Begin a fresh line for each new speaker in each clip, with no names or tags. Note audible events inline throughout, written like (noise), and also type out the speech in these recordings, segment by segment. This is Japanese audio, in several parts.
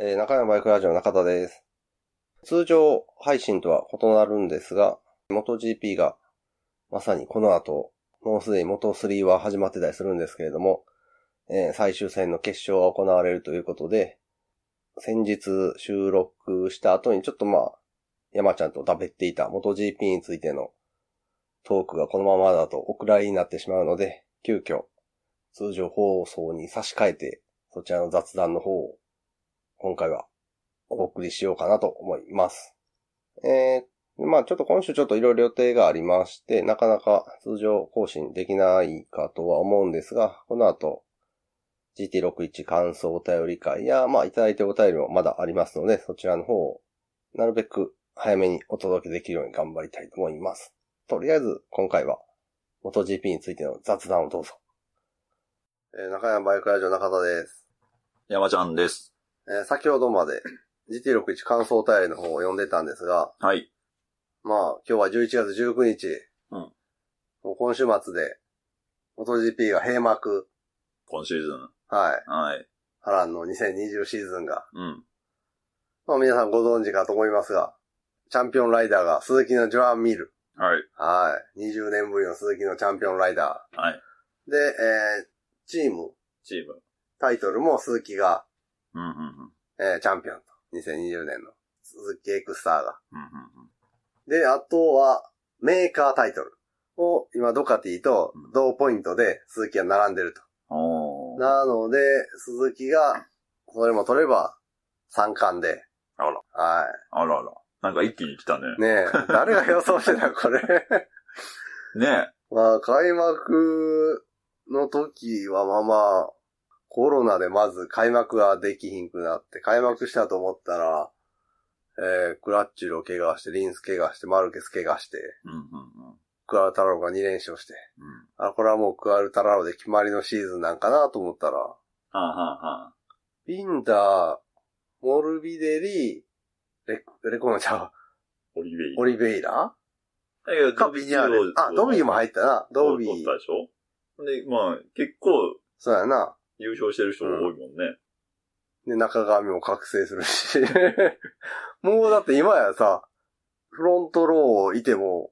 えー中山バイクラジオ中田です。通常配信とは異なるんですが、元 GP がまさにこの後、もうすでに元3は始まってたりするんですけれども、えー最終戦の決勝が行われるということで、先日収録した後にちょっとまあ、山ちゃんとダベっていた元 GP についてのトークがこのままだとお蔵入りになってしまうので、急遽通常放送に差し替えて、そちらの雑談の方を今回はお送りしようかなと思います。えー、まあちょっと今週ちょっといろいろ予定がありまして、なかなか通常更新できないかとは思うんですが、この後 GT61 感想お便り会や、まあいただいてお便りもまだありますので、そちらの方をなるべく早めにお届けできるように頑張りたいと思います。とりあえず今回は元 g p についての雑談をどうぞ。えー、中山バイクラジオ中田です。
山ちゃんです。
えー先ほどまで GT61 感想お便りの方を読んでたんですが、
はい。
まあ今日は11月19日、
うん
もう今週末で、MotoGP が閉幕、
今シーズン。
はい、
はい。
波乱の2020シーズンが、
うん。
まあ皆さんご存知かと思いますが、チャンピオンライダーが鈴木のジョアン・ミル。
はい。
はい。20年ぶりの鈴木のチャンピオンライダ
はい。
ー。で、えーチーム、
チーム。
タイトルも鈴木が、
うん、うん、うん。
えーチャンピオンと。2020年の鈴木エクスターが。
うん、
で、あとは、メーカータイトルを、今、ドカティと同ポイントで鈴木が並んでると。
うん。おー。
なので、鈴木が、それも取れば、三冠で。
あら。
は
あらあら。なんか一気に来たね。
い。ねえ、誰が予想してたこ
(laughs)
れ。
ね
まあ、開幕の時は、まあまあ、コロナでまず開幕ができひんくなって、開幕したと思ったら、えー、クラッチロ怪我して、リンス怪我して、マルケス怪我して、
うん、うん、
クアルタラロが2連勝して、
うん。うん。
あ、これはもうクアルタラロで決まりのシーズンなんかなと思ったら、
はあ、はあ、はあ。
ビンダー、モルビデリ、レ、レコノちゃう、
オリベイ。
オリベイラ
だけど、
か
ドビーニャーレ
あ、ドビーも入
っ
ったな、ドビー
取。ったでしょで、まあ、結構、
そうやな。
優勝してる人が多いもんね。
で、中髪も覚醒するし。 (laughs) もうだって今やさ、フロントローいても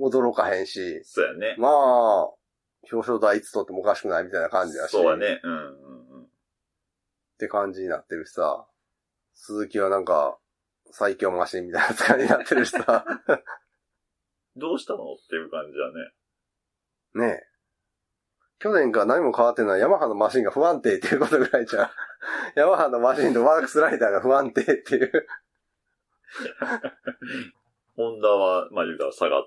驚かへんし、
そうやね。
まあ、表彰台いつ取ってもおかしくないみたいな感じだし。
そうやね。うん、うん、うん。
って感じになってるしさ、鈴木はなんか、最強マシンみたいな扱いになってるし
(laughs)
さ、
どうしたのっていう感じだね。
ねえ。去年から何も変わってないヤマハのマシンが不安定っていうことぐらいじゃん。ヤマハのマシンとワークスライダーが不安定っていう。
ホンダは、まあ言うたら下がっ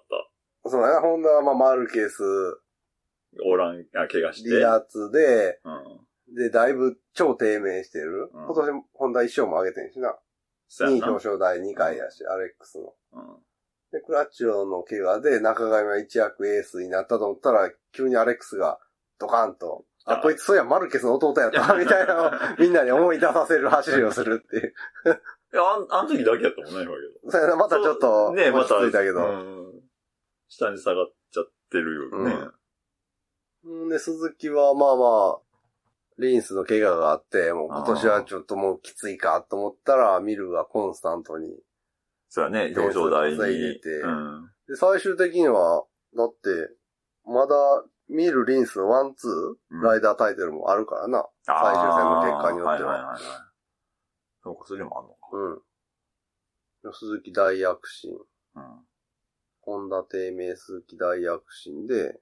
そうだな、ホンダはまあマルケス、
た。オーラン、あ、怪我して。
離脱で、
うん。
で、だいぶ超低迷してる。
うん
今年ホンダ1勝も上げてんしな。
そう
2
や
位
な。
表彰台2回やし、アレックスの。
うん。
で、クラッチョの怪我で中上が一躍エースになったと思ったら、急にアレックスがドカンと、あ、
あ
こいつそういやマルケスの弟や (laughs) った、みたいなのをみんなに思い出させる走りをするっていう。 (laughs)
いや、あん、あの時だけやったもんね、今け
それまたちょっと、
ど。ねま
落ち
た。
着いたけど。
うん下に下がっちゃってるよね。
うんで、鈴木はまあまあ、リンスの怪我があって、もう今年はちょっともうきついかと思ったら、ミルがコンスタントに。
そうだね、表彰台
で稼いで
に。
て
うん。
で、最終的には、だって、まだ、ミル、リンスのワン、ツ
う
ー、
ん
ライダータイトルもあるからな。
あー
最終戦の結果によってはい
いいいそうか、それもあんのか。
うん。鈴木大躍進。
うん。
ホンダ低迷鈴木大躍進で、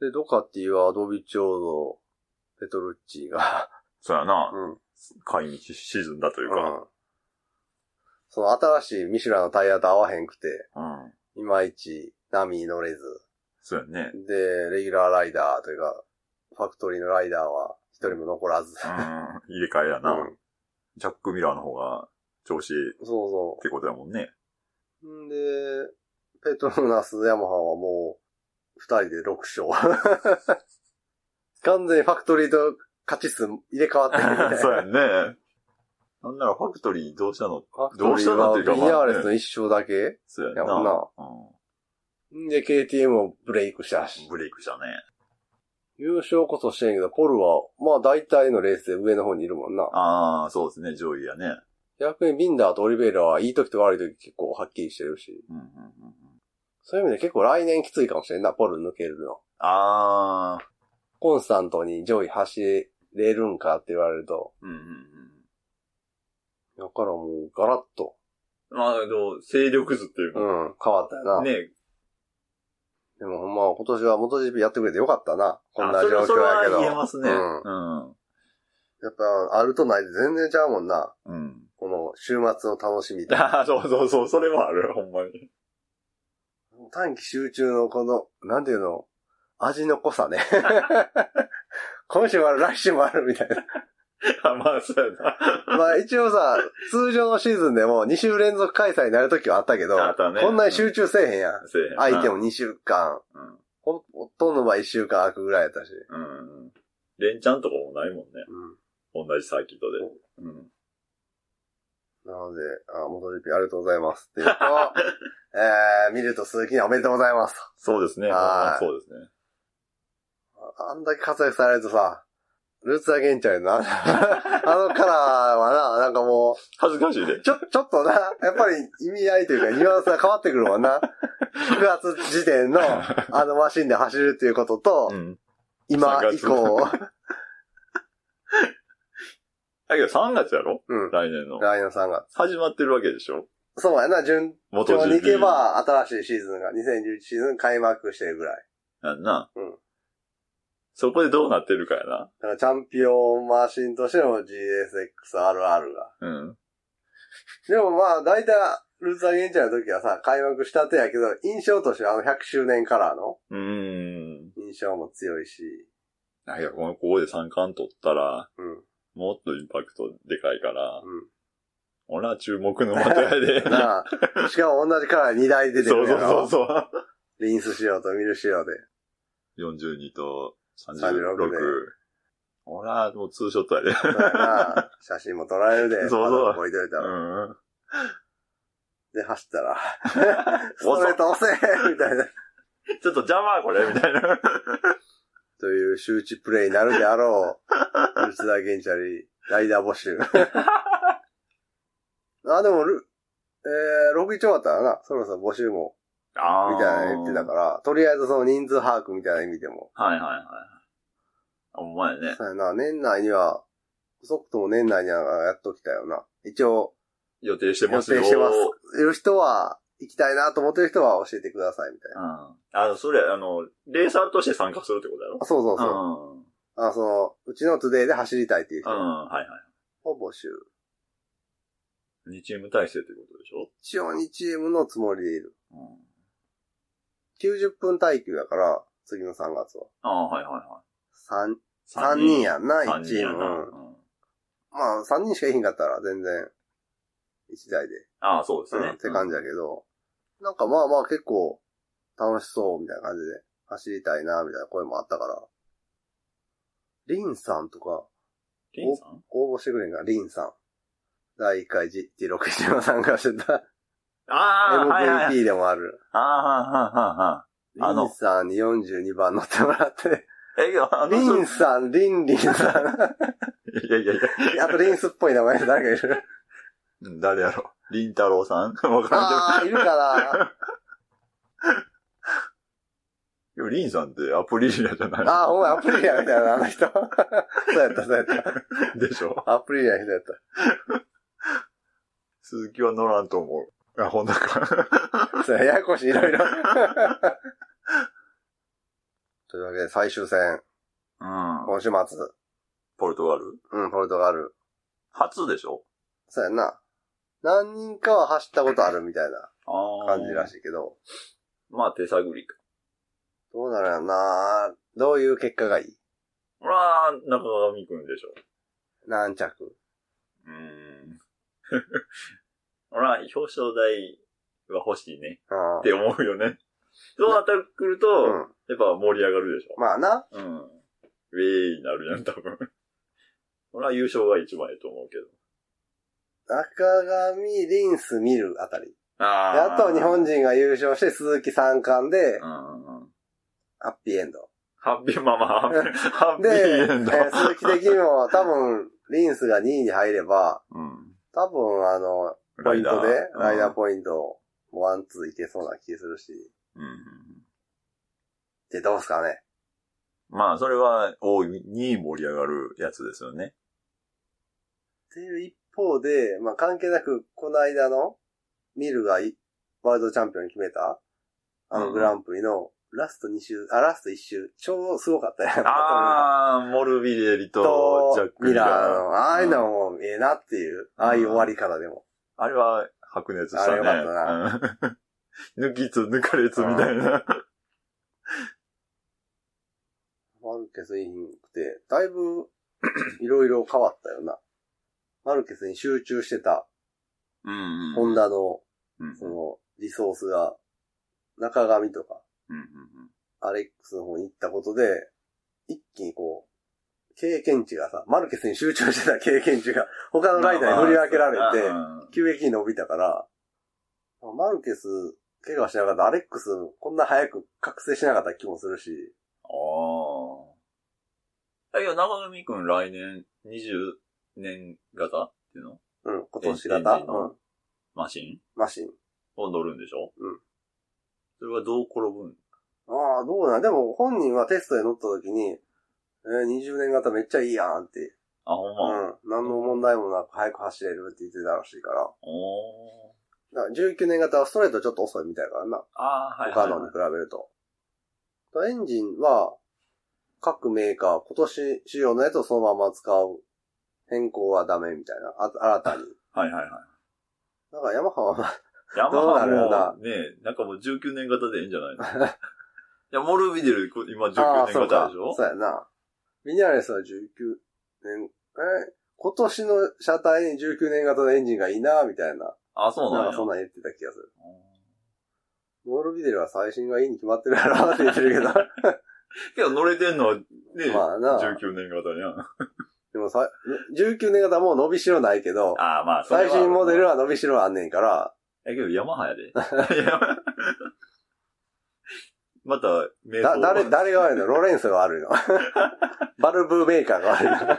で、ドカティはアドビチョード、ペトルッチが、
そうやな、
うん。
買い道シーズンだという
うん
か。。
その新しいミシュラのタイヤと合わへんくて、
うん。
いまいち波に乗れず、
そうやね。
で、レギュラーライダーというか、ファクトリーのライダーは一人も残らず。
うん。入れ替えや
う
な。ジャック・ミラーの方が調子いいっ
ん。そうそう。
てことやもんね。
んで、ペトロナス・ヤマハはもう、二人で6勝。完全にファクトリーと勝ち数入れ替わってるみたいな。
(laughs) そうやね。なんならファクトリーどうしたの
ファクトリーはビニアーレスの一勝だけ
そう
や
や
もん
な。
な。
うん
で、KTM をブレイクしたし。
ブレイクしたね。
優勝こそしてんけど、ポルは、まあ大体のレースで上の方にいるもんな。
ああ、そうですね、上位やね。
逆にビンダーとオリベイラはいい時と悪い時結構はっきりしてるし。
うんうんうんうん、
そういう意味で結構来年きついかもしれんな、ポル抜けるの。
ああ、
コンスタントに上位走れるんかって言われると。
うんうん
だからもうガラッと、
うん。まあ、でも、勢力図っていう
う
か、
ん、変わったよな。
ね、
でもほんま今年は元 GP やってくれてよかったな。こんな
あそれ
状
はそ
況
れ
や
は
けど。
言えますね。
うん
うん。
やっぱ、あるとないで全然ちゃうもんな。
うん。
この週末の楽しみ
(laughs)
と。
ああ、そうそうそう、それもある、 (laughs) ほんまに。
短期集中のこの、なんていうの、味の濃さね。 (laughs) 今週もある、来週もあるみたい
(laughs)
な。
あまあ、そうやな。
まあ一応さ、通常のシーズンでも2週連続開催になる時はあったけど、
あったね
こんなに集中せえへんやん。
せえへんな
相手も2週間、
うん
ほほとんどは1週間空くぐらいやったし。
うんうん。連チャンとかもないもんね。同じサーキットで。うん。
なので、あ、元 GP ありがとうございますっていうと、 (laughs) えー、見ると鈴木におめでとうございますと。
そうですね。
はい
ほんまそうですね。
あんだけ活躍されるとさ、ルーツだけんちゃうよな。 (laughs) あのカラーはな、なんかも
恥ずかしいで
う、。ちょ、ちょっとな、やっぱり意味合いというかニュアンスが変わってくるもんな。9月時点のあのマシンで走るっていうことと、
うん。
今以降、
だけど3月やろ
うん、
来年の。
来年の3月。
始まってるわけでしょ
そうやな、順
元
調に行け
GP
ば新しいシーズンが、2011シーズン開幕してるぐらい。
やんな。
うん
そこでどうなってるかやな。
だからチャンピオンマシンとしての GSXRR が。
うん。
でもまあ、大体、ルーツアゲンチャーの時はさ、開幕したてやけど、印象としてはあの100周年カラーの
うーん。
印象も強いし、
なんかこの、ここで3冠取ったら、
うん、うん。
もっとインパクトでかいから、俺は注目の的やで。
(laughs) なあ、しかも同じカラー2台出て
(laughs) そ
る
う
や
そ
ろ
うそうそう。
リンス仕様とミル仕様で。
42と
36
36。俺はもうツーショットやで。
そうやな写真も撮られるで、
そうそう
パドック置いといたら。
うん。
で、走ったら、
(laughs)
(laughs) ストレート押せみたいな。
ちょっと邪魔これ、みた
(laughs)
いな。
という周知プレイになるであろう。
(laughs)
ルーツアゲンチャリ、ライダー募集。 (laughs) あ、でもル、えー、61終わったらな、そろそろ募集も
あ
みたいな言ってたから、とりあえずその人数把握みたいな意味で
(laughs)
も。
ら。はいはいはい。あ、お前ね。
そうやな、年内には、遅くとも年内にはやっときたよな。一応、
予定して
予定
ますよ。
してます。いる人は、行きたいなと思ってる人は教えてください、みたいな。
うん。あの、それ、あの、レーサーとして参加するってことやろ
あそうそうそう。
う。
あ、その、うちのトゥデイで走りたいっていう人
ん。うん、はいは
を募集。
い。2チーム体制ってことでしょ
一応2チームのつもりでいる。
うん。
90分耐久だから、次の3月は。
ああ、はいはいは
3、
い。
三人やんな、
三
1チ
人
ー
や
ム。
な。
うん
うん
まあ、3人しかいひんかったら全然、1台で。
ああ、そうです
うん
ね。
って感じだけど、なんかまあまあ結構楽しそうみたいな感じで走りたいなみたいな声もあったから。リンさんとか
うん。リンさん
応募してくれんかなリンさん。第1回 GT61 の参加してた
ああ、はいはいはい。
MVP でもある。
ああ、
リ
あの
ンさんに42番乗ってもらって。
はいはいはい。え、けど、あの
リン
そ
さん、リンリンさん。
いやいやいや。
あとリンスっぽい名前誰かいる
うん誰やろリンタロウさん (laughs) わからんけど。
ああ、いるか
でもリンさんってアプリリアじゃな
(laughs)
い
な。ああ、ほんまアプリやみたいな、あの人。 (laughs) そうやった、そうやった。
でしょ
アプリや人やった。
鈴木は乗らんと思う。あ、ほん
(laughs)
だか。
そうややこしい、いろいろ。 (laughs) というわけで、最終戦、
うん。
今週末、
ポルトガル
うん、ポルトガル。
初でしょ
そうやんな。何人かは走ったことあるみたいな
あ
感じらし
い。
いけど、
まあ、手探りか。
どうなるやろなどういう結果がいい
ほら、中上くんでしょ。
何着
うーん。 (laughs) ほら、表彰台は欲しいね。
ああ
って思うよね。そうなってくると、
うん。
やっぱ盛り上がるでしょ。
まあな、
うん。ウェーイになるやん、多分。ほら、優勝が一番いいと思うけど。
中上、リンス、ミルあたり。
あ
であと日本人が優勝して、鈴木三冠で
う、んうんうん。
ハッピーエンド。
はいはいはいハッピーママ、ハッピー、ハッピ
で、え
ーエンド。
ー鈴木的にも多分、リンスが2位に入れば、
うん。
多分あの、ポイントで、ライダーポイント、ワンツーいけそうな気するし。
うんうん
で、どうすかね。
うん。まあ、それは、大いに盛り上がるやつですよ
っ
ね。
ていう一方で、まあ関係なく、この間の、ミルがいワールドチャンピオンに決めた、あ
う
の
ん
グランプリの、ラスト2周、あ、ラスト1周、超すごかったよ。
あー、モルビデリと
と
ジャッ、ク・
ミ
ミラ
ラー
ー。
の、ああいうのもええなっていう、ああいう終わり方でも。
あれは白熱したね。
あれよか
ったな。 (laughs) 抜きつ抜かれつみたいな。
マルケスいいんくて、だい (clears throat) ぶ、いろいろ変わったよな。マルケスに集中してた、
うん
ホンダの、
うん
その、リソースが、中上とか、
うんうん
アレックスの方に行ったことで、一気にこう、経験値がさ、マルケスに集中してた経験値が、他
う
の
ん
ライダーに振り分けられて、
うん
急激に伸びたから、マルケス、怪我しなかったアレックス、こんな早く覚醒しなかった気もするし、
ああ。いや、長上くん来年20年型っていうの
うん、今年
エンジン
型、
の
うん、
マシン
マシン。
を乗るんでしょ
うん。
それはどう転ぶん
ああ、どうなんでも本人はテストで乗った時に、えー20年型めっちゃいいやんって。
あ、ほん
う
ま。
ん。何の問題もなく早く走れるって言ってたらしいから。
おー
だから19年型はストレートちょっと遅いみたいだからな。
ああ、はいは
他
い
のに
はい。
比べると。エンジンは、各メーカー、今年仕様のやつをそのまま使う。変更はダメみたいな。あ新
(laughs)
たに。
はいはいはい。
だからヤマハは、まあ
ヤマ
どうなるよ
ハ
な
もね、なんかもう19年型でいいんじゃない
(laughs)
のいや、モルビデル、今
あ
19
あ
年
そう
型
か
でしょ
そうやな。ミニアレスは19年、え、今年の車体に19年型のエンジンがいいな、みたいな。
あ、そう
な
なんん
かそん
や。
なん言ってた気がする。モールビデルは最新がいいに決まってるやろって言ってる
(laughs)
けど。
けど乗れてんのはね、
まあな
19年型やん。
でもさ、19年型もう伸びしろないけど、
ああ、まあ、それ
最
は
新モデルは伸びしろあんねんから、
え、けど、ヤマハやで。 (laughs) また、名
だ、
刀。
誰、誰が悪いのロレンソが悪いの。 (laughs) バルブメーカーが悪いの。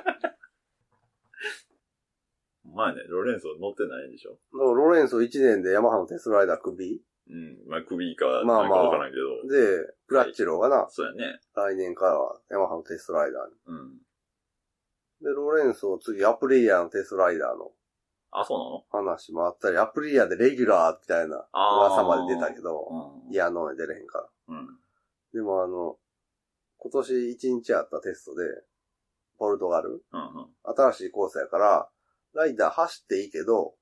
まあね、ロレンソ乗ってないでしょ。
もうロレンソ1年でヤマハのテストライダークビ
うん。まあ、首か、なんか
まあまあ
わからんけど。
で、プラッチローがな、
そうやね。
来年からはヤマハのテストライダーに。
うん。
で、ロレンソを次アプリリアのテストライダーの
あ、そう
話もあったり、アプリリアでレギュラーみたいな
なのああ。
噂まで出たけど、
うん。
い。や、ノー出れへんから。
うん。
でもあの、今年1日あったテストで、ポルトガル、
うんうん。
新しいコースやから、ライダー走っていいけど、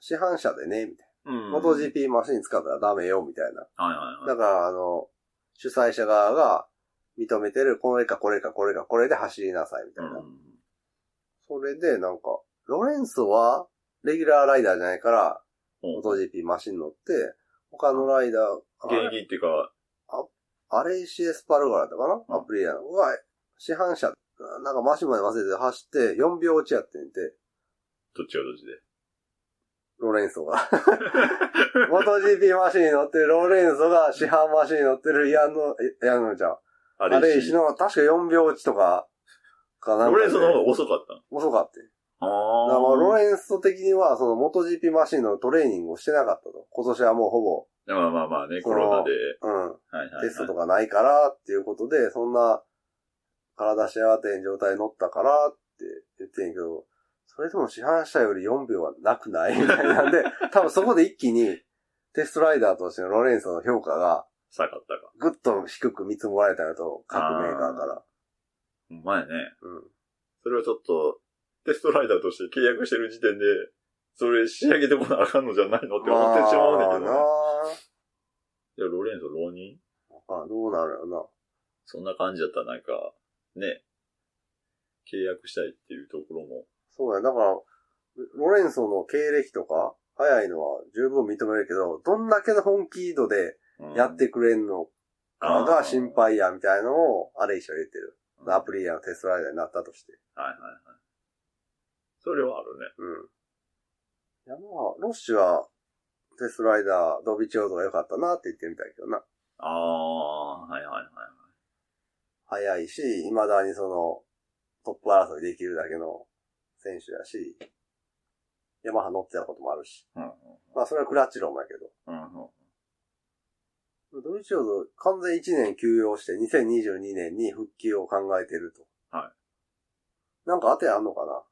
市販車でね、みたい
うん。
な。MotoGP マシン使ったらダメよ、みたいな。
はいはいはい。
だから、あの、主催者側が認めてる、これかこれかこれかこれで走りなさい、みたいな。
うん
それで、なんか、ロレンソは、レギュラーライダーじゃないから、
うん。
MotoGP マシン乗って、他のライダー、
現役っていうか、
アレイシエスパルガラだか
うん
なアプリやの。うわ、市販車、なんかマシまで忘れて走って、4秒落ちやってんて、
どっちがどっちで。
ロレンソ
(laughs)
が。元 GP マシンに乗ってるロレンソが市販マシンに乗ってるヤンの、えヤンのじゃん。
あ
アレイシの、確か4秒落ちとか、かなんか
ロ
で、
レンソの方が遅かったの
遅かったよ。だ
あ
から
あ。
まあロレンソ的には、その元 GP マシンのトレーニングをしてなかったと。今年はもうほぼ、
まあまあまあね、
そ
コ
の
ロナで。
うん、
はいはいはい。
テストとかないからっていうことで、そんな体仕上がってん状態に乗ったからって言ってんやけど、それでも市販車より4秒はなくないみたいなん
(laughs)
で、多分そこで一気にテストライダーとしてのロレンソの評価が
下がったか。
ぐっと低く見積もられたんやと、各メーカーから。
ほんまやね。
うん。
それはちょっと、テストライダーとして契約してる時点で、それ仕上げてこなあかんのじゃないのって思ってしまうねん
まあ
けど、ね。
ないあ
や、ロレンソ浪人
まあどうなるよな。
そんな感じだったらなんか、ね、契約したいっていうところも。
そうや、だから、ロレンソの経歴とか、早いのは十分認めるけど、どんだけの本気度で
うん
やってくれんのかが心。配や、みたいのを、あれ一緒に言ってる。
うん
アプリやのテストライダーになったとして。
はいはいはい。それはあるね。
うん。いや、まあ、ロッシュは、テストライダー、ドビチオードが良かったなって言ってみたいけどな。
ああ、はいはいはい。
速いし、未だにその、トップ争いできるだけの選手やし、ヤマハ乗ってたこともあるし。
うんうん
まあ、それはクラッチロンだけど。
うんうん。
ドイツロード完全1年休養して2022年に復帰を考えてると。。
はい
なんか当てあんのかな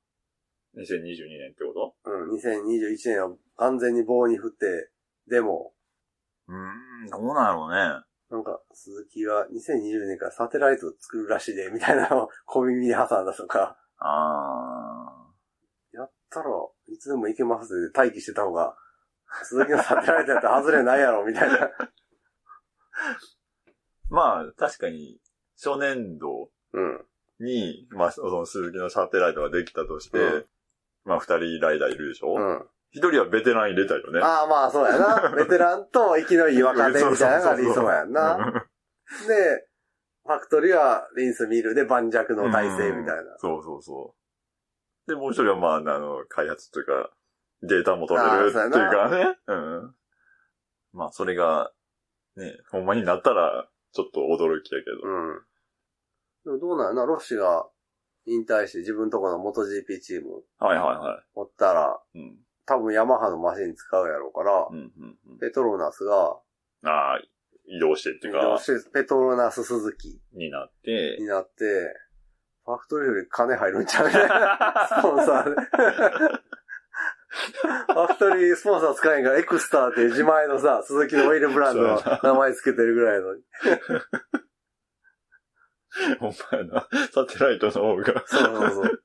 2022年ってこと
うん、2021年は完全に棒に振って、でも、
うーん、どうなんやろうね。
なんか、鈴木は2020年からサテライトを作るらしいで、みたいなのを小耳に挟んだとか、
あ
やったらいつでも行けますで待機してた方が、鈴木のサテライトやったら外れないやろ、みたい
(laughs)
な。
ー。まあ、確かに、初年度
うん。
に、まあ、その鈴木のサテライトができたとして、
うん
まあ、二人ライダーいるでしょ
うん。
一、人はベテランに出たよね。
ああ、まあ、そうやな。
(laughs)
ベテランと生きのいい若手みたいなのが理想やんな。
な。
で、ファクトリーはリンスミルで盤石の体制みたいな
うん。そうそうそう。で、もう一人はまあ、あの、開発というか、データも取れるっていうかね。うん。まあ、それが、ね、ほんまになったら、ちょっと驚きやけど。
うん。でもどうなんやな、ロッシが引退して自分とこの元 GP チーム
はいはいは
おったら、
い。うん。
多分ヤマハのマシン使うやろうから、
うんうんうん。
ペトロナスが、
ああ、移動してっていう
ロ
か
ッ、シペトロナス鈴木
になって
に、なって、ファクトリーより金入るん (laughs) ちゃうね。スポンサーで。ファクトリースポンサー使えんから、エクスターっていう自前のさ、鈴木のオイルブランドの名前つけてるぐらいの。
(laughs) ほんまやな。サテライトの方が、
そうそうそう。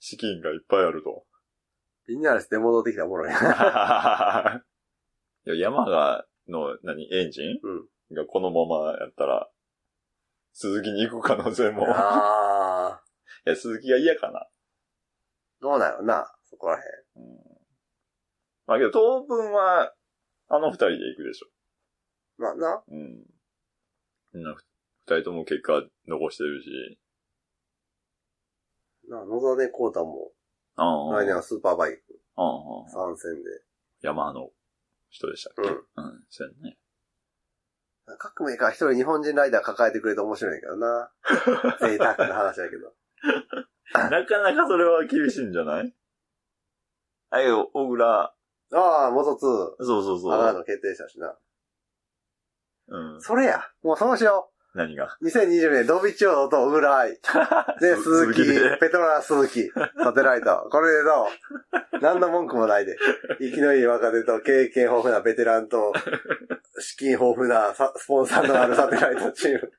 資金がいっぱいあると。 (laughs)
ビニアレスで戻ってきたらおもろいな。
いや、山が、の、何、エンジン
うん。
がこのままやったら、鈴木に行く可能性も。い
あー、
や、鈴木が嫌かな。
どうなのな、そこらへん。
うん。まあけど、当分は、あの二人で行くでしょ。
まあな、
うん。みんな、二人とも結果残してるし。
な、野田でコータも、
ああ
来年はスーパーバイク
ああ
参戦で。
山の人でしたっけ
うん。
うん、そうやね。
各メーカー一人日本人ライダー抱えてくれて面白いんやけど (laughs) な。贅沢な話だけど。
なかなかそれは厳しいんじゃないあいよ、小倉。
ああ、元2、
そうそうそ
アガー
う。
ド決定したしな。
うん。
それや、もうそうしよ
何が
う。2020年、ドビチオと小倉
(laughs)
愛。で、鈴木、
で。
ペトラ鈴木、サテライト。これでどう何の文句もないで。生きのいい若手と経験豊富なベテラン
(laughs)
と、資金豊富なサスポンサーのあるサテライトチーム。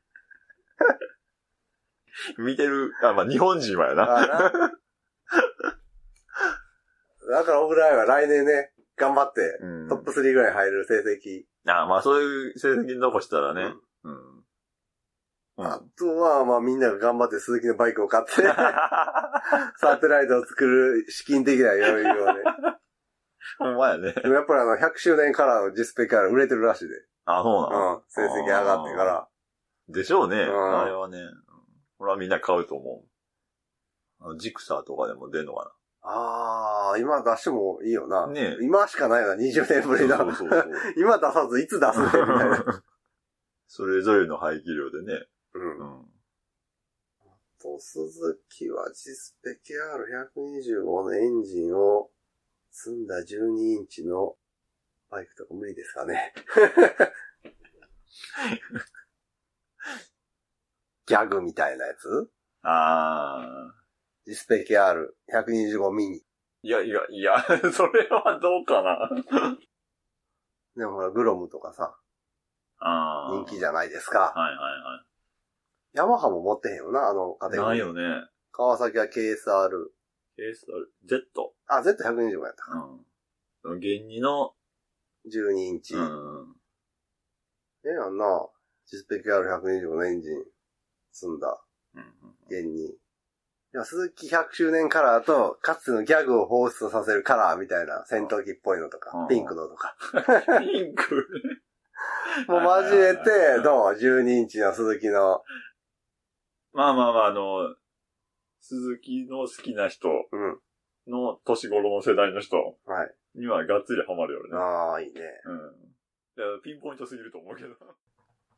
見てる、あ、まあ、日本人はやな。
ああなだから小倉愛は来年ね、頑張って、
うん。
トップ3ぐらい入る成績。
あまあ、そういう成績残したらね。うん。うん。
あとは、まあみんなが頑張って鈴木のバイクを買
(laughs)
って、サテライトを作る資金的な余裕を
(laughs)
ね。
ほんまやね。
でもやっぱりあの、100周年カラーのジスペから売れてるらしいで。
あ、そうなの。
うん。成績上がってから。
でしょうね。
ん
あれはね。うんこれはみんな買うと思う。あのジクサーとかでも出んのか
ああ、今出してもいいよな。
な。ねえ。
今しかないよな、20年ぶりだ。
そうそう
(laughs)
そう (laughs) そう。
今出さずいつ出すね、みたい
(laughs)
な。
それぞれの排気量でね。
うん。
ん。
と、鈴木はジスペ KR125 のエンジンを積んだ12インチのバイクとか無理ですか
(laughs)
ね。ギャグみたいなやつ
ああ。
ジスペ KR125 ミニ。
いやいや、いや、 (laughs) それはどうかな。
でもほら、グロムとかさ、
ああ。
人気じゃないですか。
はいは
ヤマハも持ってへんよな、あのカテ
いはい。
ゴ
ない
リー。
よね。
川崎は KSR。
KSR、Z。
あ、Z125 やった。
うん。原二の、
12インチ。
うん。
ええやんな。ジスペ KR125 のエンジン積んだ。現に。いや、鈴木100周年カラーと、かつてのギャグを放出させるカラーみたいな戦闘機っぽいのと
う
か
ん、
ピンクのとか。
ピンク。 (laughs)
もう交えて
う、ん
どう ?12 インチの鈴木の、
まあまあまあ、あの、鈴木の好きな人
うん。
の年頃の世代の人
はい。
にはがっつりハマるよね。
ああ、いいね。
うん。いやピンポイントすぎると思うけど。